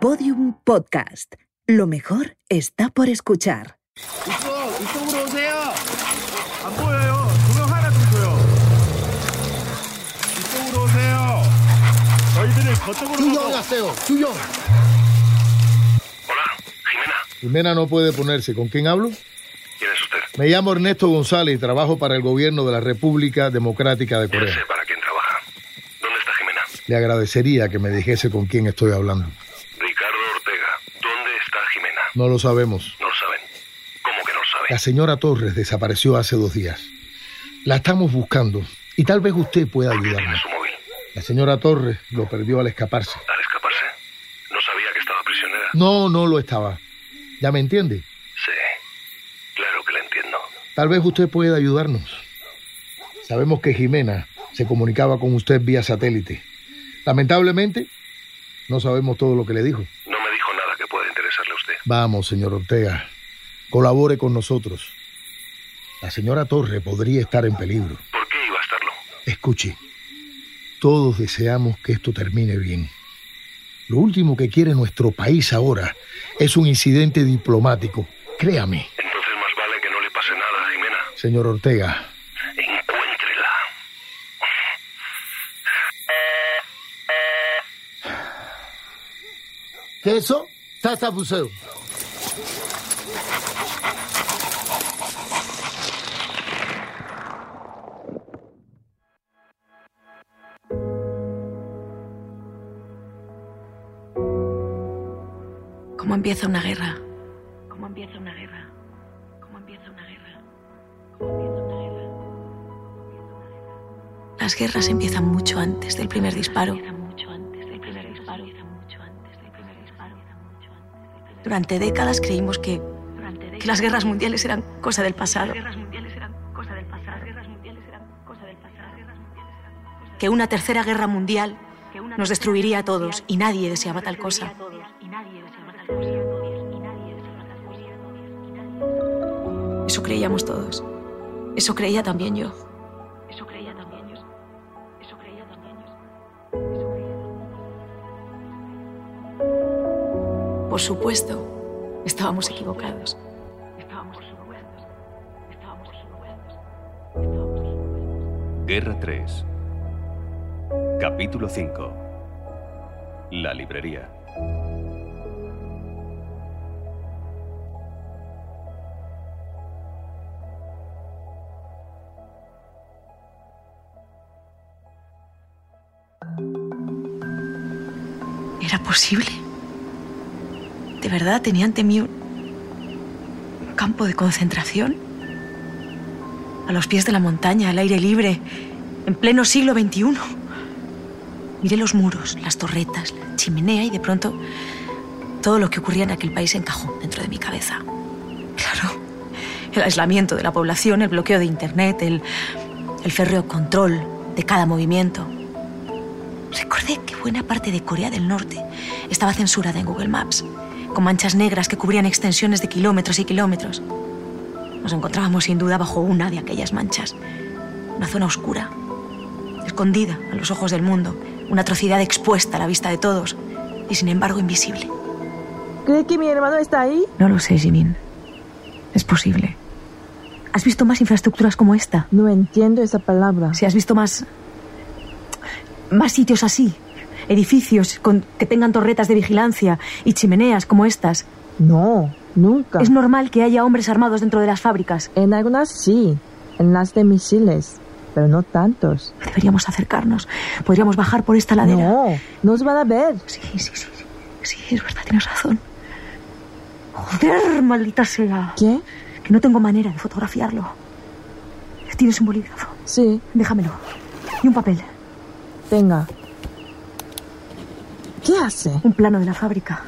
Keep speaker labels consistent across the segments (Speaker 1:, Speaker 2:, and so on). Speaker 1: Podium Podcast. Lo mejor está por escuchar.
Speaker 2: 이거 이쪽으로 오세요. 안 보여요. 조명 하나 좀 줘요. 이쪽으로 오세요. 저희들을 저쪽으로
Speaker 3: ¡Tuyón,
Speaker 2: 가고-
Speaker 3: Gasteo! ¡Tuyón!
Speaker 4: Hola, Jimena,
Speaker 3: Jimena no puede ponerse. ¿Con quién hablo?
Speaker 4: ¿quién es usted?
Speaker 3: Me llamo Ernesto González y trabajo para el gobierno de la República Democrática de
Speaker 4: Ya
Speaker 3: Corea.
Speaker 4: sé para quién trabaja. ¿Dónde está Jimena?
Speaker 3: Le agradecería que me dijese con quién estoy hablando.
Speaker 4: Ricardo Ortega, ¿dónde está Jimena?
Speaker 3: No lo sabemos.
Speaker 4: No lo saben. ¿Cómo que no lo
Speaker 3: La
Speaker 4: saben?
Speaker 3: señora Torres desapareció hace dos días. La estamos buscando y tal vez usted pueda
Speaker 4: ¿Por qué tiene
Speaker 3: ayudarnos.
Speaker 4: su móvil?
Speaker 3: La señora Torres lo perdió al escaparse.
Speaker 4: Al escaparse. No sabía que estaba prisionera.
Speaker 3: No, no lo estaba. ¿Ya me entiende?
Speaker 4: Sí, claro que la entiendo.
Speaker 3: Tal vez usted pueda ayudarnos. Sabemos que Jimena se comunicaba con usted vía satélite. Lamentablemente, no sabemos todo lo que le dijo.
Speaker 4: No me dijo nada que pueda interesarle a usted.
Speaker 3: Vamos, señor Ortega, colabore con nosotros. La señora Torre podría estar en peligro.
Speaker 4: ¿Por qué iba a estarlo?
Speaker 3: Escuche, todos deseamos que esto termine bien. Lo último que quiere nuestro país ahora es un incidente diplomático. Créame,
Speaker 4: Entonces más vale que no le pase nada a Jimena.
Speaker 3: señor Ortega,
Speaker 4: Encuéntrela.
Speaker 3: Queso, salsa buceo.
Speaker 5: ¿Cómo empieza una guerra? ¿Cómo empieza una guerra? ¿Cómo empieza una guerra? ¿Cómo empieza una guerra? Las guerras empiezan mucho antes del primer disparo. Durante décadas creímos que, que las guerras mundiales eran cosa del pasado. Que una tercera guerra mundial nos destruiría a todos y nadie deseaba tal cosa. Eso creíamos todos. Eso creía también yo. Eso creía también yo. Eso creía también yo. Por supuesto, estábamos equivocados. Estábamos equivocados. Estábamos equivocados. Estábamos equivocados.
Speaker 6: Guerra 3. Capítulo 5. La librería.
Speaker 5: ¿Era posible? ¿De verdad tenía ante mí un un campo de concentración? A los pies de la montaña, al aire libre, en pleno siglo XXI. Miré los muros, las torretas, la chimenea y de pronto todo lo que ocurría en aquel país encajó dentro de mi cabeza. Claro, el aislamiento de la población, el bloqueo de Internet, el, el férreo control de cada movimiento. Recordé que buena parte de Corea del Norte estaba censurada en Google Maps, con manchas negras que cubrían extensiones de kilómetros y kilómetros. Nos encontrábamos sin duda bajo una de aquellas manchas, una zona oscura, escondida a los ojos del mundo, una atrocidad expuesta a la vista de todos y sin embargo invisible.
Speaker 7: ¿Cree que mi hermano está ahí?
Speaker 5: No lo sé, Jimin. Es posible. ¿Has visto más infraestructuras como esta?
Speaker 7: No entiendo esa palabra.
Speaker 5: Si has visto más. más sitios así. Edificios con- que tengan torretas de vigilancia y chimeneas como estas.
Speaker 7: No, nunca.
Speaker 5: Es normal que haya hombres armados dentro de las fábricas.
Speaker 7: En algunas sí, en las de misiles, pero no tantos.
Speaker 5: Deberíamos acercarnos. Podríamos bajar por esta ladera.
Speaker 7: No, nos van a ver.
Speaker 5: Sí, sí, sí. sí. Sí, es verdad, tienes razón. Joder, maldita sea.
Speaker 7: ¿Qué?
Speaker 5: Que no tengo manera de fotografiarlo. Tienes un bolígrafo.
Speaker 7: Sí,
Speaker 5: Déjamelo. Y un papel.
Speaker 7: tenga. ¿Qué hace?
Speaker 5: Un plano de la fábrica.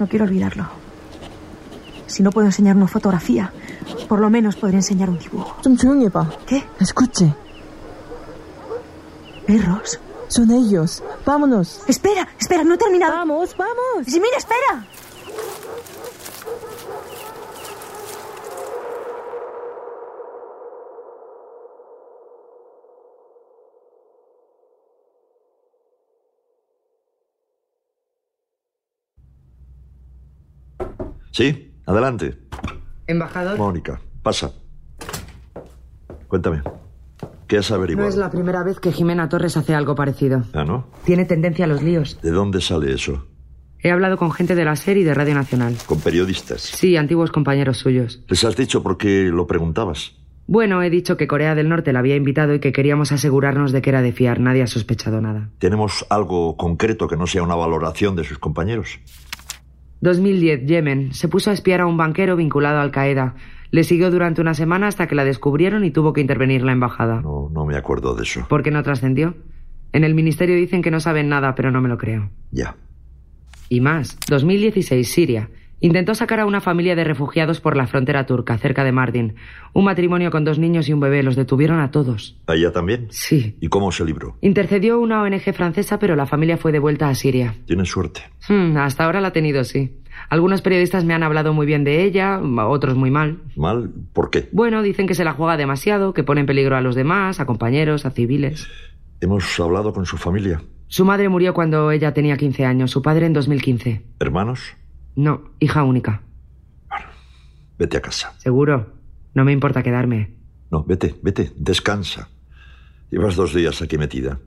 Speaker 5: No quiero olvidarlo. Si no puedo enseñar una fotografía, por lo menos podré enseñar un dibujo.
Speaker 7: Tum, tum, Eva.
Speaker 5: ¿Qué?
Speaker 7: Escuche,
Speaker 5: ¿Perros?
Speaker 7: son ellos. Vámonos.
Speaker 5: Espera, espera, no he terminado.
Speaker 7: Vamos, vamos.
Speaker 5: Jimín, espera.
Speaker 8: Sí, adelante.
Speaker 9: Embajador,
Speaker 8: Mónica, pasa. Cuéntame. ¿Qué has
Speaker 9: no
Speaker 8: averiguado?
Speaker 9: es la primera vez que Jimena Torres hace algo parecido.
Speaker 8: Ah, ¿no?
Speaker 9: Tiene tendencia a los líos.
Speaker 8: ¿De dónde sale eso?
Speaker 9: He hablado con gente de la serie y de Radio Nacional.
Speaker 8: ¿Con periodistas?
Speaker 9: Sí, antiguos compañeros suyos.
Speaker 8: ¿Les has dicho por qué lo preguntabas?
Speaker 9: Bueno, he dicho que Corea del Norte la había invitado y que queríamos asegurarnos de que era de fiar. Nadie ha sospechado nada.
Speaker 8: ¿Tenemos algo concreto que no sea una valoración de sus compañeros?
Speaker 9: 2010, Yemen. Se puso a espiar a un banquero vinculado a Al Qaeda. Le siguió durante una semana hasta que la descubrieron y tuvo que intervenir la embajada.
Speaker 8: No, no me acuerdo de eso.
Speaker 9: ¿Por qué no trascendió? En el ministerio dicen que no saben nada, pero no me lo creo.
Speaker 8: Ya.
Speaker 9: Y más, 2016, Siria. Intentó sacar a una familia de refugiados por la frontera turca, cerca de Mardin. Un matrimonio con dos niños y un bebé. Los detuvieron a todos.
Speaker 8: ¿Allá también?
Speaker 9: Sí.
Speaker 8: ¿Y cómo se libró?
Speaker 9: Intercedió una ONG francesa, pero la familia fue devuelta a Siria.
Speaker 8: Tienes suerte.
Speaker 9: Hmm, hasta ahora la ha tenido, sí. Algunos periodistas me han hablado muy bien de ella, otros muy mal.
Speaker 8: ¿Mal? ¿Por qué?
Speaker 9: Bueno, dicen que se la juega demasiado, que pone en peligro a los demás, a compañeros, a civiles.
Speaker 8: Hemos hablado con su familia.
Speaker 9: Su madre murió cuando ella tenía 15 años, su padre en 2015.
Speaker 8: ¿Hermanos?
Speaker 9: No, hija única.
Speaker 8: Vete a casa.
Speaker 9: Seguro. No me importa quedarme.
Speaker 8: No, vete, vete. Descansa. Llevas dos días aquí metida.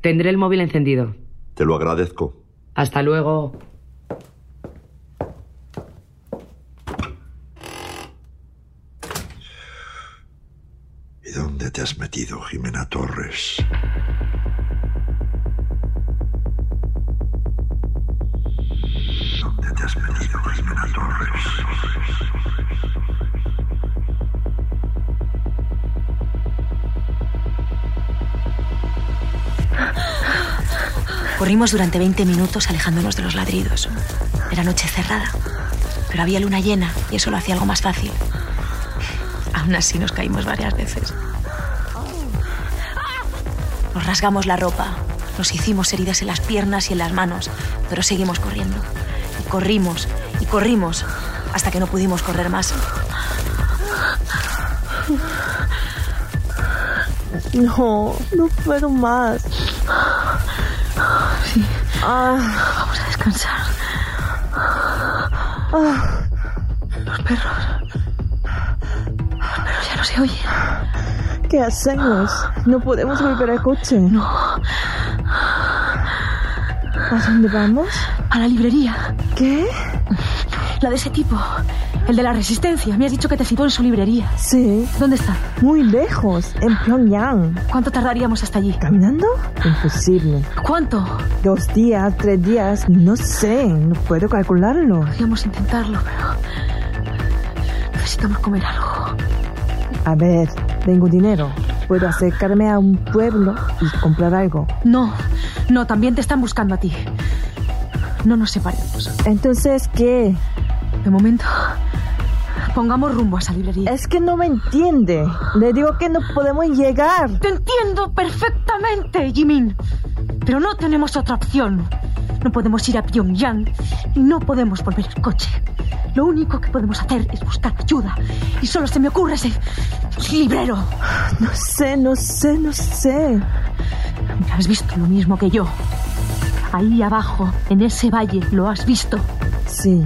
Speaker 9: Tendré el móvil encendido.
Speaker 8: Te lo agradezco.
Speaker 9: Hasta luego.
Speaker 8: ¿Y dónde te has metido, Jimena Torres? ¿Dónde te has metido, Jimena Torres?
Speaker 5: Corrimos durante 20 minutos alejándonos de los ladridos. Era noche cerrada, pero había luna llena y eso lo hacía algo más fácil. Aún así nos caímos varias veces. Nos rasgamos la ropa, nos hicimos heridas en las piernas y en las manos, pero seguimos corriendo. Y corrimos, y corrimos, hasta que no pudimos correr más.
Speaker 7: No, no puedo más. Ah,
Speaker 5: Vamos a descansar. Los perros. Los perros ya no se oyen.
Speaker 7: ¿qué hacemos? No podemos volver al coche. No. ¿A dónde vamos?
Speaker 5: A la librería.
Speaker 7: ¿Qué?
Speaker 5: La de ese tipo. El de la resistencia. Me has dicho que te citó en su librería.
Speaker 7: Sí,
Speaker 5: ¿Dónde está?
Speaker 7: muy lejos, en Pyongyang.
Speaker 5: ¿Cuánto tardaríamos hasta allí?
Speaker 7: ¿Caminando? Imposible.
Speaker 5: ¿Cuánto?
Speaker 7: Dos días, tres días, no sé, no puedo calcularlo.
Speaker 5: Podríamos intentarlo, pero... Necesitamos comer algo.
Speaker 7: A ver, tengo dinero. Puedo acercarme a un pueblo y comprar algo.
Speaker 5: No, no, también te están buscando a ti. No nos separemos.
Speaker 7: Entonces, ¿qué?
Speaker 5: De momento, pongamos rumbo a esa librería.
Speaker 7: Es que no me entiende. Le digo que no podemos llegar.
Speaker 5: Te entiendo perfectamente, Jimin. Pero no tenemos otra opción. No podemos ir a Pyongyang y no podemos volver al coche. Lo único que podemos hacer es buscar ayuda. Y solo se me ocurre ese librero.
Speaker 7: No sé, no sé, no sé.
Speaker 5: Mira, Has visto lo mismo que yo. Ahí abajo, en ese valle, lo has visto.
Speaker 7: Sí,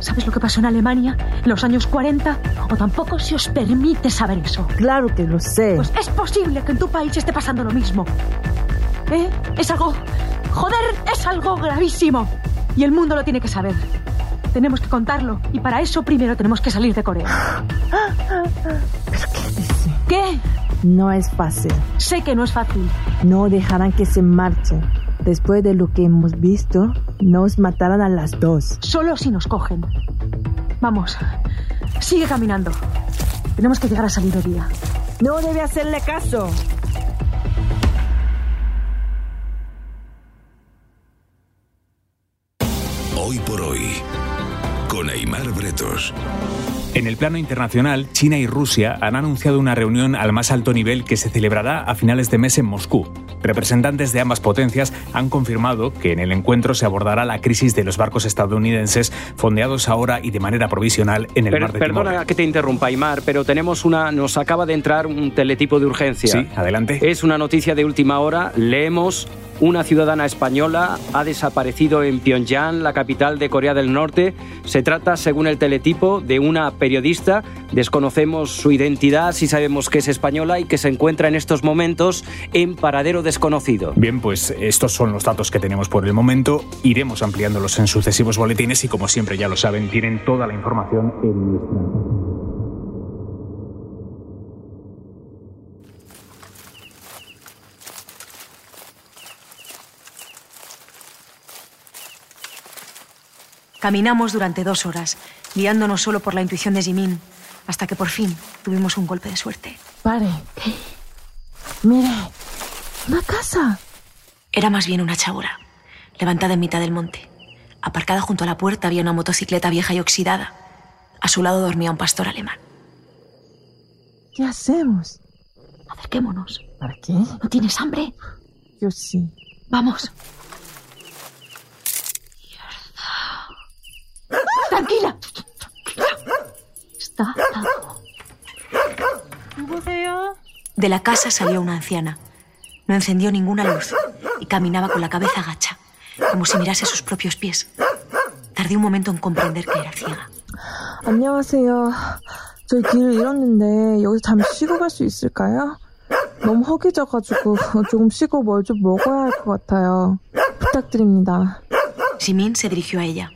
Speaker 5: ¿Sabes lo que pasó en Alemania en los años 40? O tampoco se os permite saber eso.
Speaker 7: claro que lo sé.
Speaker 5: Pues es posible que en tu país esté pasando lo mismo. ¿Eh? Es algo... Joder, es algo gravísimo. Y el mundo lo tiene que saber. Tenemos que contarlo. Y para eso primero tenemos que salir de Corea.
Speaker 7: Dice,
Speaker 5: ¿Qué?
Speaker 7: No es fácil.
Speaker 5: Sé que no es fácil.
Speaker 7: No dejarán que se marche. Después de lo que hemos visto, nos matarán a las dos.
Speaker 5: Solo si nos cogen. Vamos. Sigue caminando. Tenemos que llegar a salir de día.
Speaker 7: No debe hacerle caso.
Speaker 4: Hoy por hoy, con Aymar Bretos.
Speaker 10: En el plano internacional, China y Rusia han anunciado una reunión al más alto nivel que se celebrará a finales de mes en Moscú. Representantes de ambas potencias han confirmado que en el encuentro se abordará la crisis de los barcos estadounidenses fondeados ahora y de manera provisional en el
Speaker 11: Per-
Speaker 10: mar de Timor.
Speaker 11: perdona que te interrumpa, Aymar, pero tenemos una. Nos acaba de entrar un teletipo de urgencia.
Speaker 10: Sí, adelante.
Speaker 11: Es una noticia de última hora. Leemos. Una ciudadana española ha desaparecido en Pyongyang, la capital de Corea del Norte. Se trata, según el teletipo, de una periodista. Desconocemos su identidad, si sabemos que es española y que se encuentra en estos momentos en paradero desconocido.
Speaker 10: Bien, pues estos son los datos que tenemos por el momento. Iremos ampliándolos en sucesivos boletines y, como siempre ya lo saben, tienen toda la información en nuestra
Speaker 5: Caminamos durante dos horas, guiándonos solo por la intuición de Jimin, hasta que por fin tuvimos un golpe de suerte.
Speaker 7: Pare. Mire, una casa.
Speaker 5: Era más bien una chaura, levantada en mitad del monte. Aparcada junto a la puerta había una motocicleta vieja y oxidada. A su lado dormía un pastor alemán.
Speaker 7: ¿Qué hacemos?
Speaker 5: Acerquémonos.
Speaker 7: ¿Para qué?
Speaker 5: ¿No tienes hambre?
Speaker 7: Yo sí.
Speaker 5: Vamos. Tranquila. Está atado. De la casa salió una anciana. No encendió ninguna luz y caminaba con la cabeza agacha, como si mirase sus propios pies. Tardé un momento en comprender que era ciega.
Speaker 7: 안녕하세요. 저희 길을 잃었는데 여기서 잠시 쉬고 갈 수 있을까요? 너무 허기져가지고 조금 쉬고 뭘 좀 먹어야 할 것 같아요. 부탁드립니다.
Speaker 5: Simin se dirigió a ella.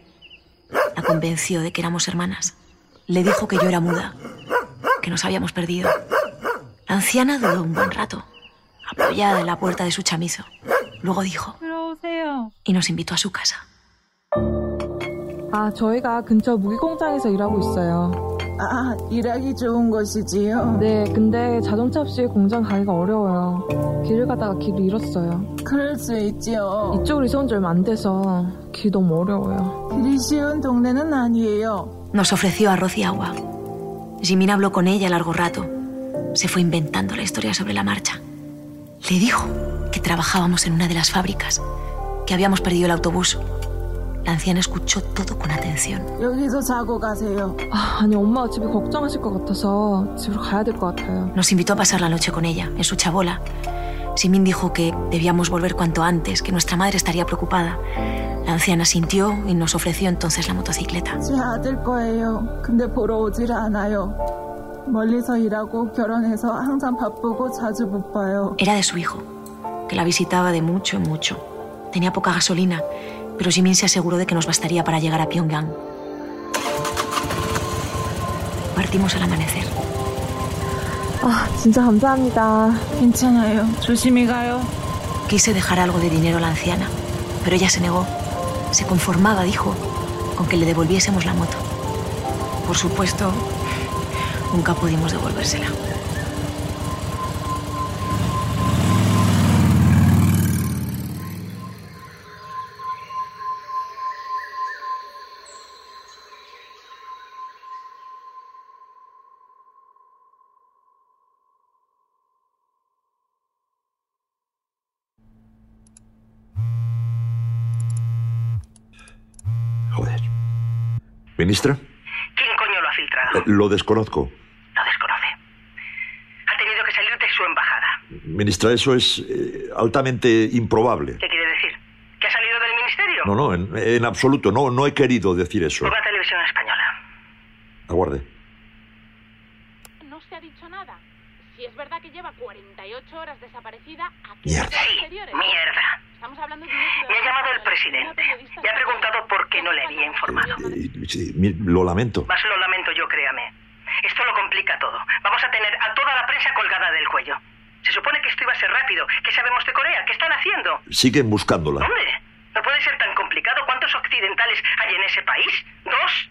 Speaker 5: La convenció de que éramos hermanas. Le dijo que yo era muda, que nos habíamos perdido. La anciana dudó un buen rato, apoyada en la puerta de su chamizo. Luego dijo, y nos invitó a su casa.
Speaker 7: 아, 저희가 근처 무기 공장에서 일하고 있어요.
Speaker 12: 아, 일하기 좋은 곳이지요?
Speaker 7: 네, 근데 자동차 없이 공장 가기가 어려워요. 길을 가다가 길을 잃었어요.
Speaker 12: 그럴 수 있지요.
Speaker 7: 이쪽으로 이사 온지 얼마 안 돼서 길이 너무 어려워요.
Speaker 12: 길이 쉬운 동네는 아니에요.
Speaker 5: Nos ofreció arroz y agua. Jimin habló con ella largo rato. Se fue inventando la historia sobre la marcha. Le dijo que trabajábamos en una de las fábricas, que habíamos perdido el autobús. La anciana escuchó todo con atención.
Speaker 12: 여기서 자고 가세요.
Speaker 7: 아, 아니, 엄마가 집에 걱정하실 것 같아서 집으로 가야 될 것 같아요.
Speaker 5: Nos invitó a pasar la noche con ella, en su chabola. Simin dijo que debíamos volver cuanto antes, que nuestra madre estaría preocupada. La anciana sintió y nos ofreció entonces la motocicleta.
Speaker 12: 제 아들 거예요. 근데 보러 오질 않아요. 멀리서 일하고 결혼해서 항상 바쁘고 자주 못 봐요.
Speaker 5: Era de su hijo, que la visitaba de mucho en mucho. Tenía poca gasolina, pero Jimin se aseguró de que nos bastaría para llegar a Pyongyang. Partimos al amanecer.
Speaker 7: 아, 진짜 감사합니다.
Speaker 12: 괜찮아요. 조심히 가요.
Speaker 5: Quise dejar algo de dinero a la anciana, pero ella se negó. Se conformaba, dijo, con que le devolviésemos la moto. Por supuesto, nunca pudimos devolvérsela.
Speaker 8: Joder. ¿Ministra?
Speaker 13: ¿Quién coño lo ha filtrado?
Speaker 8: Eh, Lo desconozco.
Speaker 13: Lo desconoce. Ha tenido que salir de su embajada.
Speaker 8: Ministra, eso es eh, altamente improbable.
Speaker 13: ¿Qué quiere decir? ¿Que ha salido del ministerio?
Speaker 8: No, no, en, en absoluto. No, no he querido decir eso.
Speaker 13: Por la televisión española.
Speaker 8: Aguarde.
Speaker 14: No se ha dicho nada. Si es verdad que lleva 48 horas desaparecida aquí
Speaker 8: Mierda.
Speaker 14: en los exteriores.
Speaker 13: Mierda.
Speaker 14: Estamos hablando de una
Speaker 13: Me ha llamado el presidente. Me ha preguntado por qué no le había informado.
Speaker 8: Eh, sí, mi- lo lamento.
Speaker 13: Más lo lamento yo, créame. Esto lo complica todo. Vamos a tener a toda la prensa colgada del cuello. Se supone que esto iba a ser rápido. ¿Qué sabemos de Corea? ¿Qué están haciendo?
Speaker 8: Siguen buscándola.
Speaker 13: Hombre, no puede ser tan complicado. ¿Cuántos occidentales hay en ese país? ¿Dos?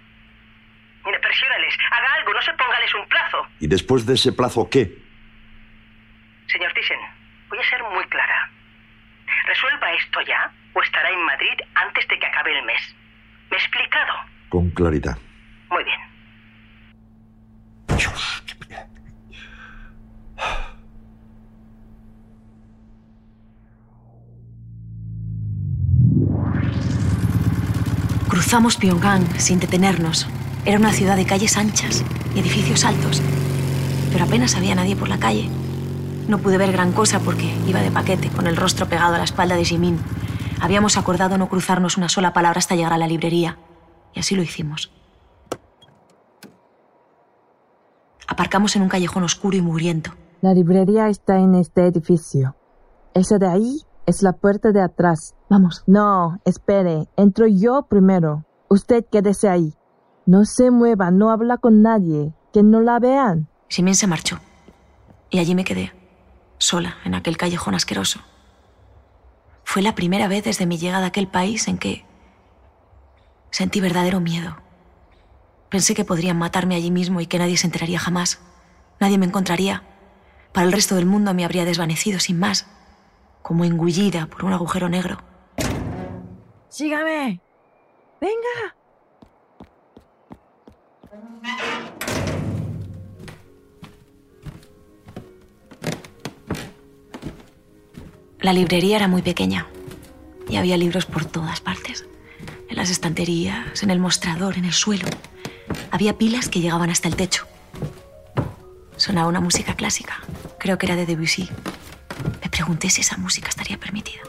Speaker 13: Mire, presiónales. Haga algo. No se póngales un plazo.
Speaker 8: ¿Y después de ese plazo qué?
Speaker 13: Señor Thyssen, voy a ser muy clara. Resuelva esto ya o estará en Madrid antes de que acabe el mes. ¿Me he explicado?
Speaker 8: Con claridad.
Speaker 13: Muy bien.
Speaker 8: Dios, qué pe-
Speaker 5: Cruzamos Pyongyang sin detenernos. Era una ciudad de calles anchas y edificios altos, pero apenas había nadie por la calle. No pude ver gran cosa porque iba de paquete, con el rostro pegado a la espalda de Jimin. Habíamos acordado no cruzarnos una sola palabra hasta llegar a la librería, y así lo hicimos. Aparcamos en un callejón oscuro y mugriento.
Speaker 7: La librería está en este edificio. Esa de ahí es la puerta de atrás.
Speaker 5: Vamos.
Speaker 7: No, espere, entro yo primero. Usted quédese ahí. No se mueva, no habla con nadie. Que no la vean.
Speaker 5: Simien se marchó. Y allí me quedé, sola, en aquel callejón asqueroso. Fue la primera vez desde mi llegada a aquel país en que sentí verdadero miedo. Pensé que podrían matarme allí mismo y que nadie se enteraría jamás. Nadie me encontraría. Para el resto del mundo me habría desvanecido sin más, como engullida por un agujero negro.
Speaker 15: Sígame. Venga.
Speaker 5: La librería era muy pequeña y había libros por todas partes. En las estanterías, en el mostrador, en el suelo. Había pilas que llegaban hasta el techo. Sonaba una música clásica. Creo que era de Debussy. Me pregunté si esa música estaría permitida.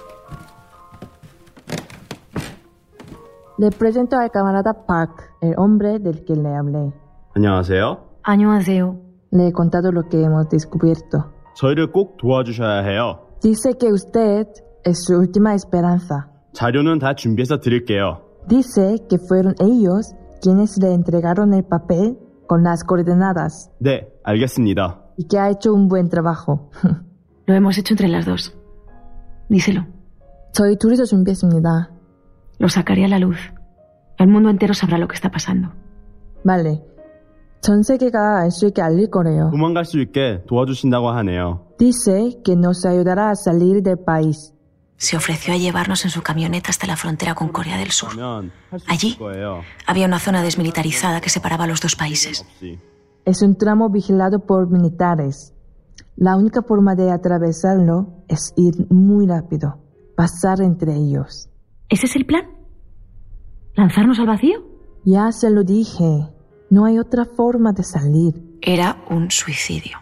Speaker 7: Le presento al camarada Park, el hombre del que le hablé.
Speaker 16: 안녕하세요.
Speaker 5: 안녕하세요.
Speaker 7: Le he contado lo que hemos descubierto.
Speaker 16: 저희를 꼭 도와주셔야 해요.
Speaker 7: Dice que usted es su última esperanza.
Speaker 16: 자료는 다 준비해서 드릴게요.
Speaker 7: Dice que fueron ellos quienes le entregaron el papel con las coordenadas
Speaker 16: 네, 알겠습니다.
Speaker 7: y que ha hecho un buen trabajo.
Speaker 5: Lo hemos hecho entre las dos. Díselo.
Speaker 7: 저희 둘이서 준비했습니다.
Speaker 5: Lo sacaré a la luz. El mundo entero sabrá lo que está pasando.
Speaker 7: Vale. 전 세계가 알 수 있게 알릴 거래요.
Speaker 16: 도망갈 수 있게 도와주신다고 하네요.
Speaker 7: Dice que nos ayudará a salir del país.
Speaker 5: Se ofreció a llevarnos en su camioneta hasta la frontera con Corea del Sur.
Speaker 16: 그러면 할수
Speaker 5: Allí
Speaker 16: 있을 거예요.
Speaker 5: había una zona desmilitarizada que separaba los dos países.
Speaker 7: Es un tramo vigilado por militares. La única forma de atravesarlo es ir muy rápido, pasar entre ellos.
Speaker 5: ¿Ese es el plan? ¿Lanzarnos al vacío?
Speaker 7: Ya se lo dije, no hay otra forma de salir.
Speaker 5: Era un suicidio.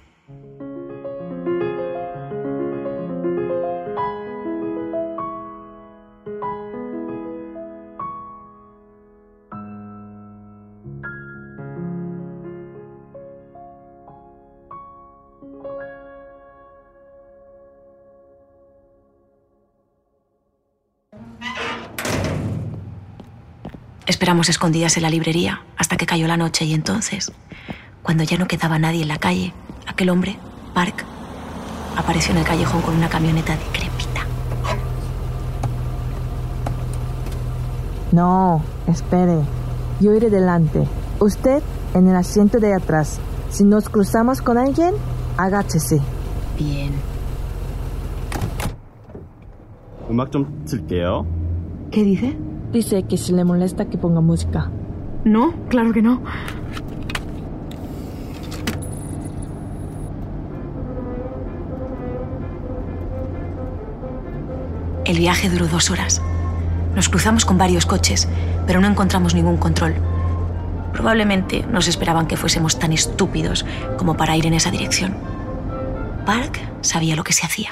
Speaker 5: Esperamos escondidas en la librería hasta que cayó la noche y entonces, cuando ya no quedaba nadie en la calle, aquel hombre, Park, apareció en el callejón con una camioneta decrépita.
Speaker 7: No, espere. Yo iré delante. Usted en el asiento de atrás. Si nos cruzamos con alguien, agáchese.
Speaker 5: Bien.
Speaker 16: 음악 좀 틀게요.
Speaker 5: ¿Qué dice?
Speaker 7: Dice que si le molesta que ponga música.
Speaker 5: No, claro que no. El viaje duró dos horas. Nos cruzamos con varios coches, pero no encontramos ningún control. Probablemente nos esperaban que fuésemos tan estúpidos como para ir en esa dirección. Park sabía lo que se hacía.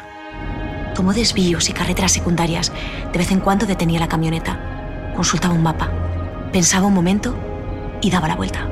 Speaker 5: Tomó desvíos y carreteras secundarias. De vez en cuando detenía la camioneta, consultaba un mapa, pensaba un momento y daba la vuelta.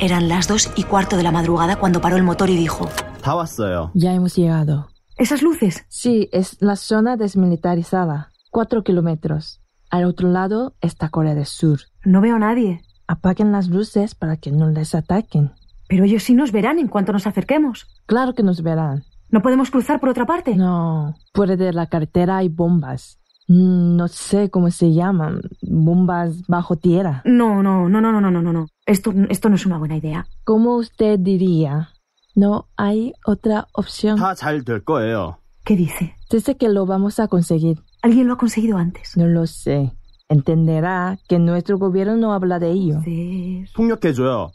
Speaker 5: Eran las dos y cuarto de la madrugada cuando paró el motor y dijo:
Speaker 16: 다 왔어요.
Speaker 7: Ya hemos llegado.
Speaker 5: ¿Esas luces?
Speaker 7: Sí, es la zona desmilitarizada. Cuatro kilómetros. Al otro lado está Corea del Sur.
Speaker 5: No veo a nadie.
Speaker 7: Apaguen las luces para que no les ataquen.
Speaker 5: Pero ellos sí nos verán en cuanto nos acerquemos.
Speaker 7: Claro que nos verán.
Speaker 5: ¿No podemos cruzar por otra parte?
Speaker 7: No, fuera de la carretera hay bombas. Mm, No sé cómo se llaman. Bombas bajo tierra.
Speaker 5: No, no, no, no, no, no, no, no. Esto, esto no es una buena idea.
Speaker 7: Como usted diría, no hay otra opción.
Speaker 16: 다
Speaker 8: Ah.
Speaker 16: 잘 될 거예요.
Speaker 5: ¿Qué dice?
Speaker 7: Dice que lo vamos a conseguir.
Speaker 5: ¿Alguien lo ha conseguido antes?
Speaker 7: No lo sé. Entenderá que nuestro gobierno no habla de ello.
Speaker 5: Sí.
Speaker 16: 폭력해줘요.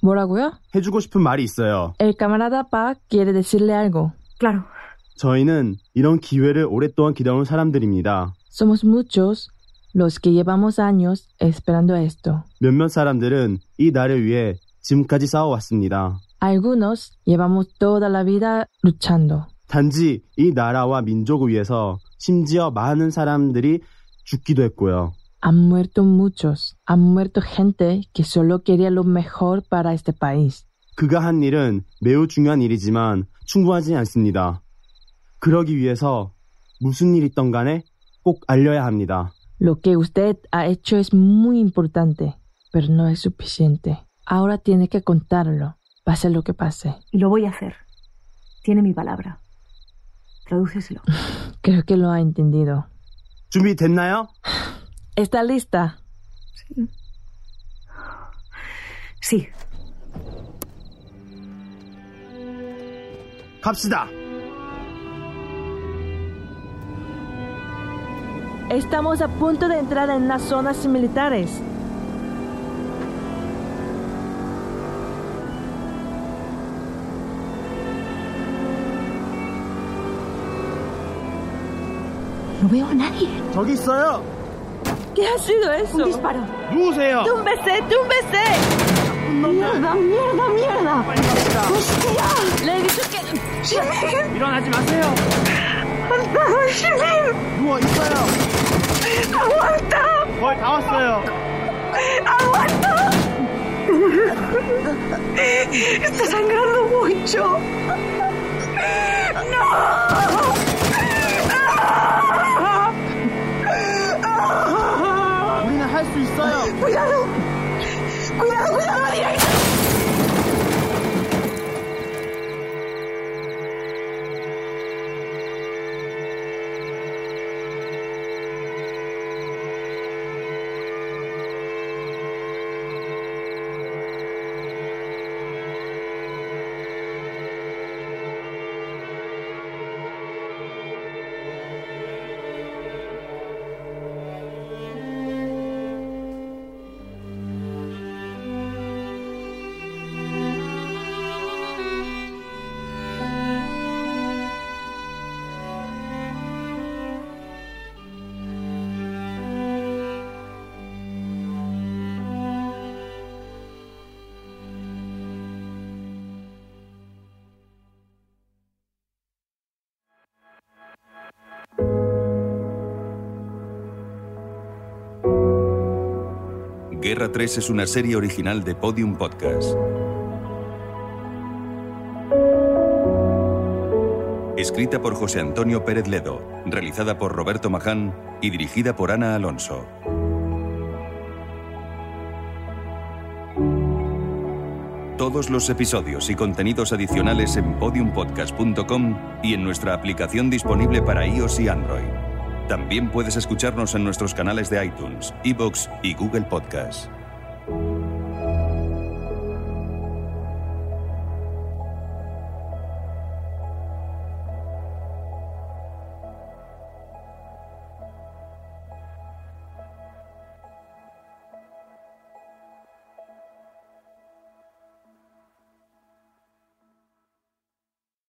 Speaker 7: ¿Moraguyo?
Speaker 16: 해주고 싶은 말이 있어요.
Speaker 7: El camarada Park quiere decirle algo.
Speaker 5: Claro.
Speaker 16: 저희는 이런 기회를 오랫동안 기다려온 사람들입니다.
Speaker 7: Somos muchos los que llevamos años esperando esto.
Speaker 16: 몇몇 사람들은 이 날을 위해 지금까지 싸워왔습니다.
Speaker 7: Algunos llevamos toda la vida luchando.
Speaker 16: 단지 이 나라와 민족을 위해서 심지어 많은 사람들이 죽기도 했고요.
Speaker 7: Han muerto muchos. Han muerto gente que solo quería lo mejor para este país.
Speaker 16: 그가 한 일은 매우 중요한 일이지만 충분하지 않습니다. 그러기 위해서 무슨 일이 있던 간에 꼭 알려야 합니다.
Speaker 7: Lo que usted ha hecho es muy importante, pero no es suficiente. Ahora tiene que contarlo, pase lo que pase.
Speaker 5: Y lo voy a hacer. Tiene mi palabra. Tradúceselo.
Speaker 7: Creo que lo ha entendido.
Speaker 16: 준비됐나요?
Speaker 7: ¿Está lista?
Speaker 5: Sí. Sí.
Speaker 16: 갑시다.
Speaker 7: Estamos a punto de entrar en las zonas militares.
Speaker 5: No veo a nadie.
Speaker 16: 저기 있어요.
Speaker 7: ¿Qué ha sido eso?
Speaker 5: Un disparo.
Speaker 16: 누구세요?
Speaker 7: ¡Túmbese, túmbese!
Speaker 5: ¡Mierda, mierda, mierda! Pues,
Speaker 16: 빨리 갑시다.
Speaker 5: ¡Hostia!
Speaker 7: Le he dicho que...
Speaker 5: ¡Shirley!
Speaker 2: 일어나지 마세요.
Speaker 5: ¡Por favor, Shirley!
Speaker 16: 누워 있어요.
Speaker 5: ¡Aguanta!
Speaker 16: 거의 다 왔어요.
Speaker 5: ¡Aguanta! ¡Está sangrando mucho! ¡No!
Speaker 16: 우리는 할 수 있어요.
Speaker 5: ¡Cuidado! ¡Cuidado, cuidado! ¡Directo!
Speaker 4: Guerra 3 es una serie original de Podium Podcast. Escrita por José Antonio Pérez Ledo, realizada por Roberto Maján y dirigida por Ana Alonso. Todos los episodios y contenidos adicionales en podiumpodcast.com y en nuestra aplicación disponible para iOS y Android. También puedes escucharnos en nuestros canales de iTunes, iBox y Google Podcast.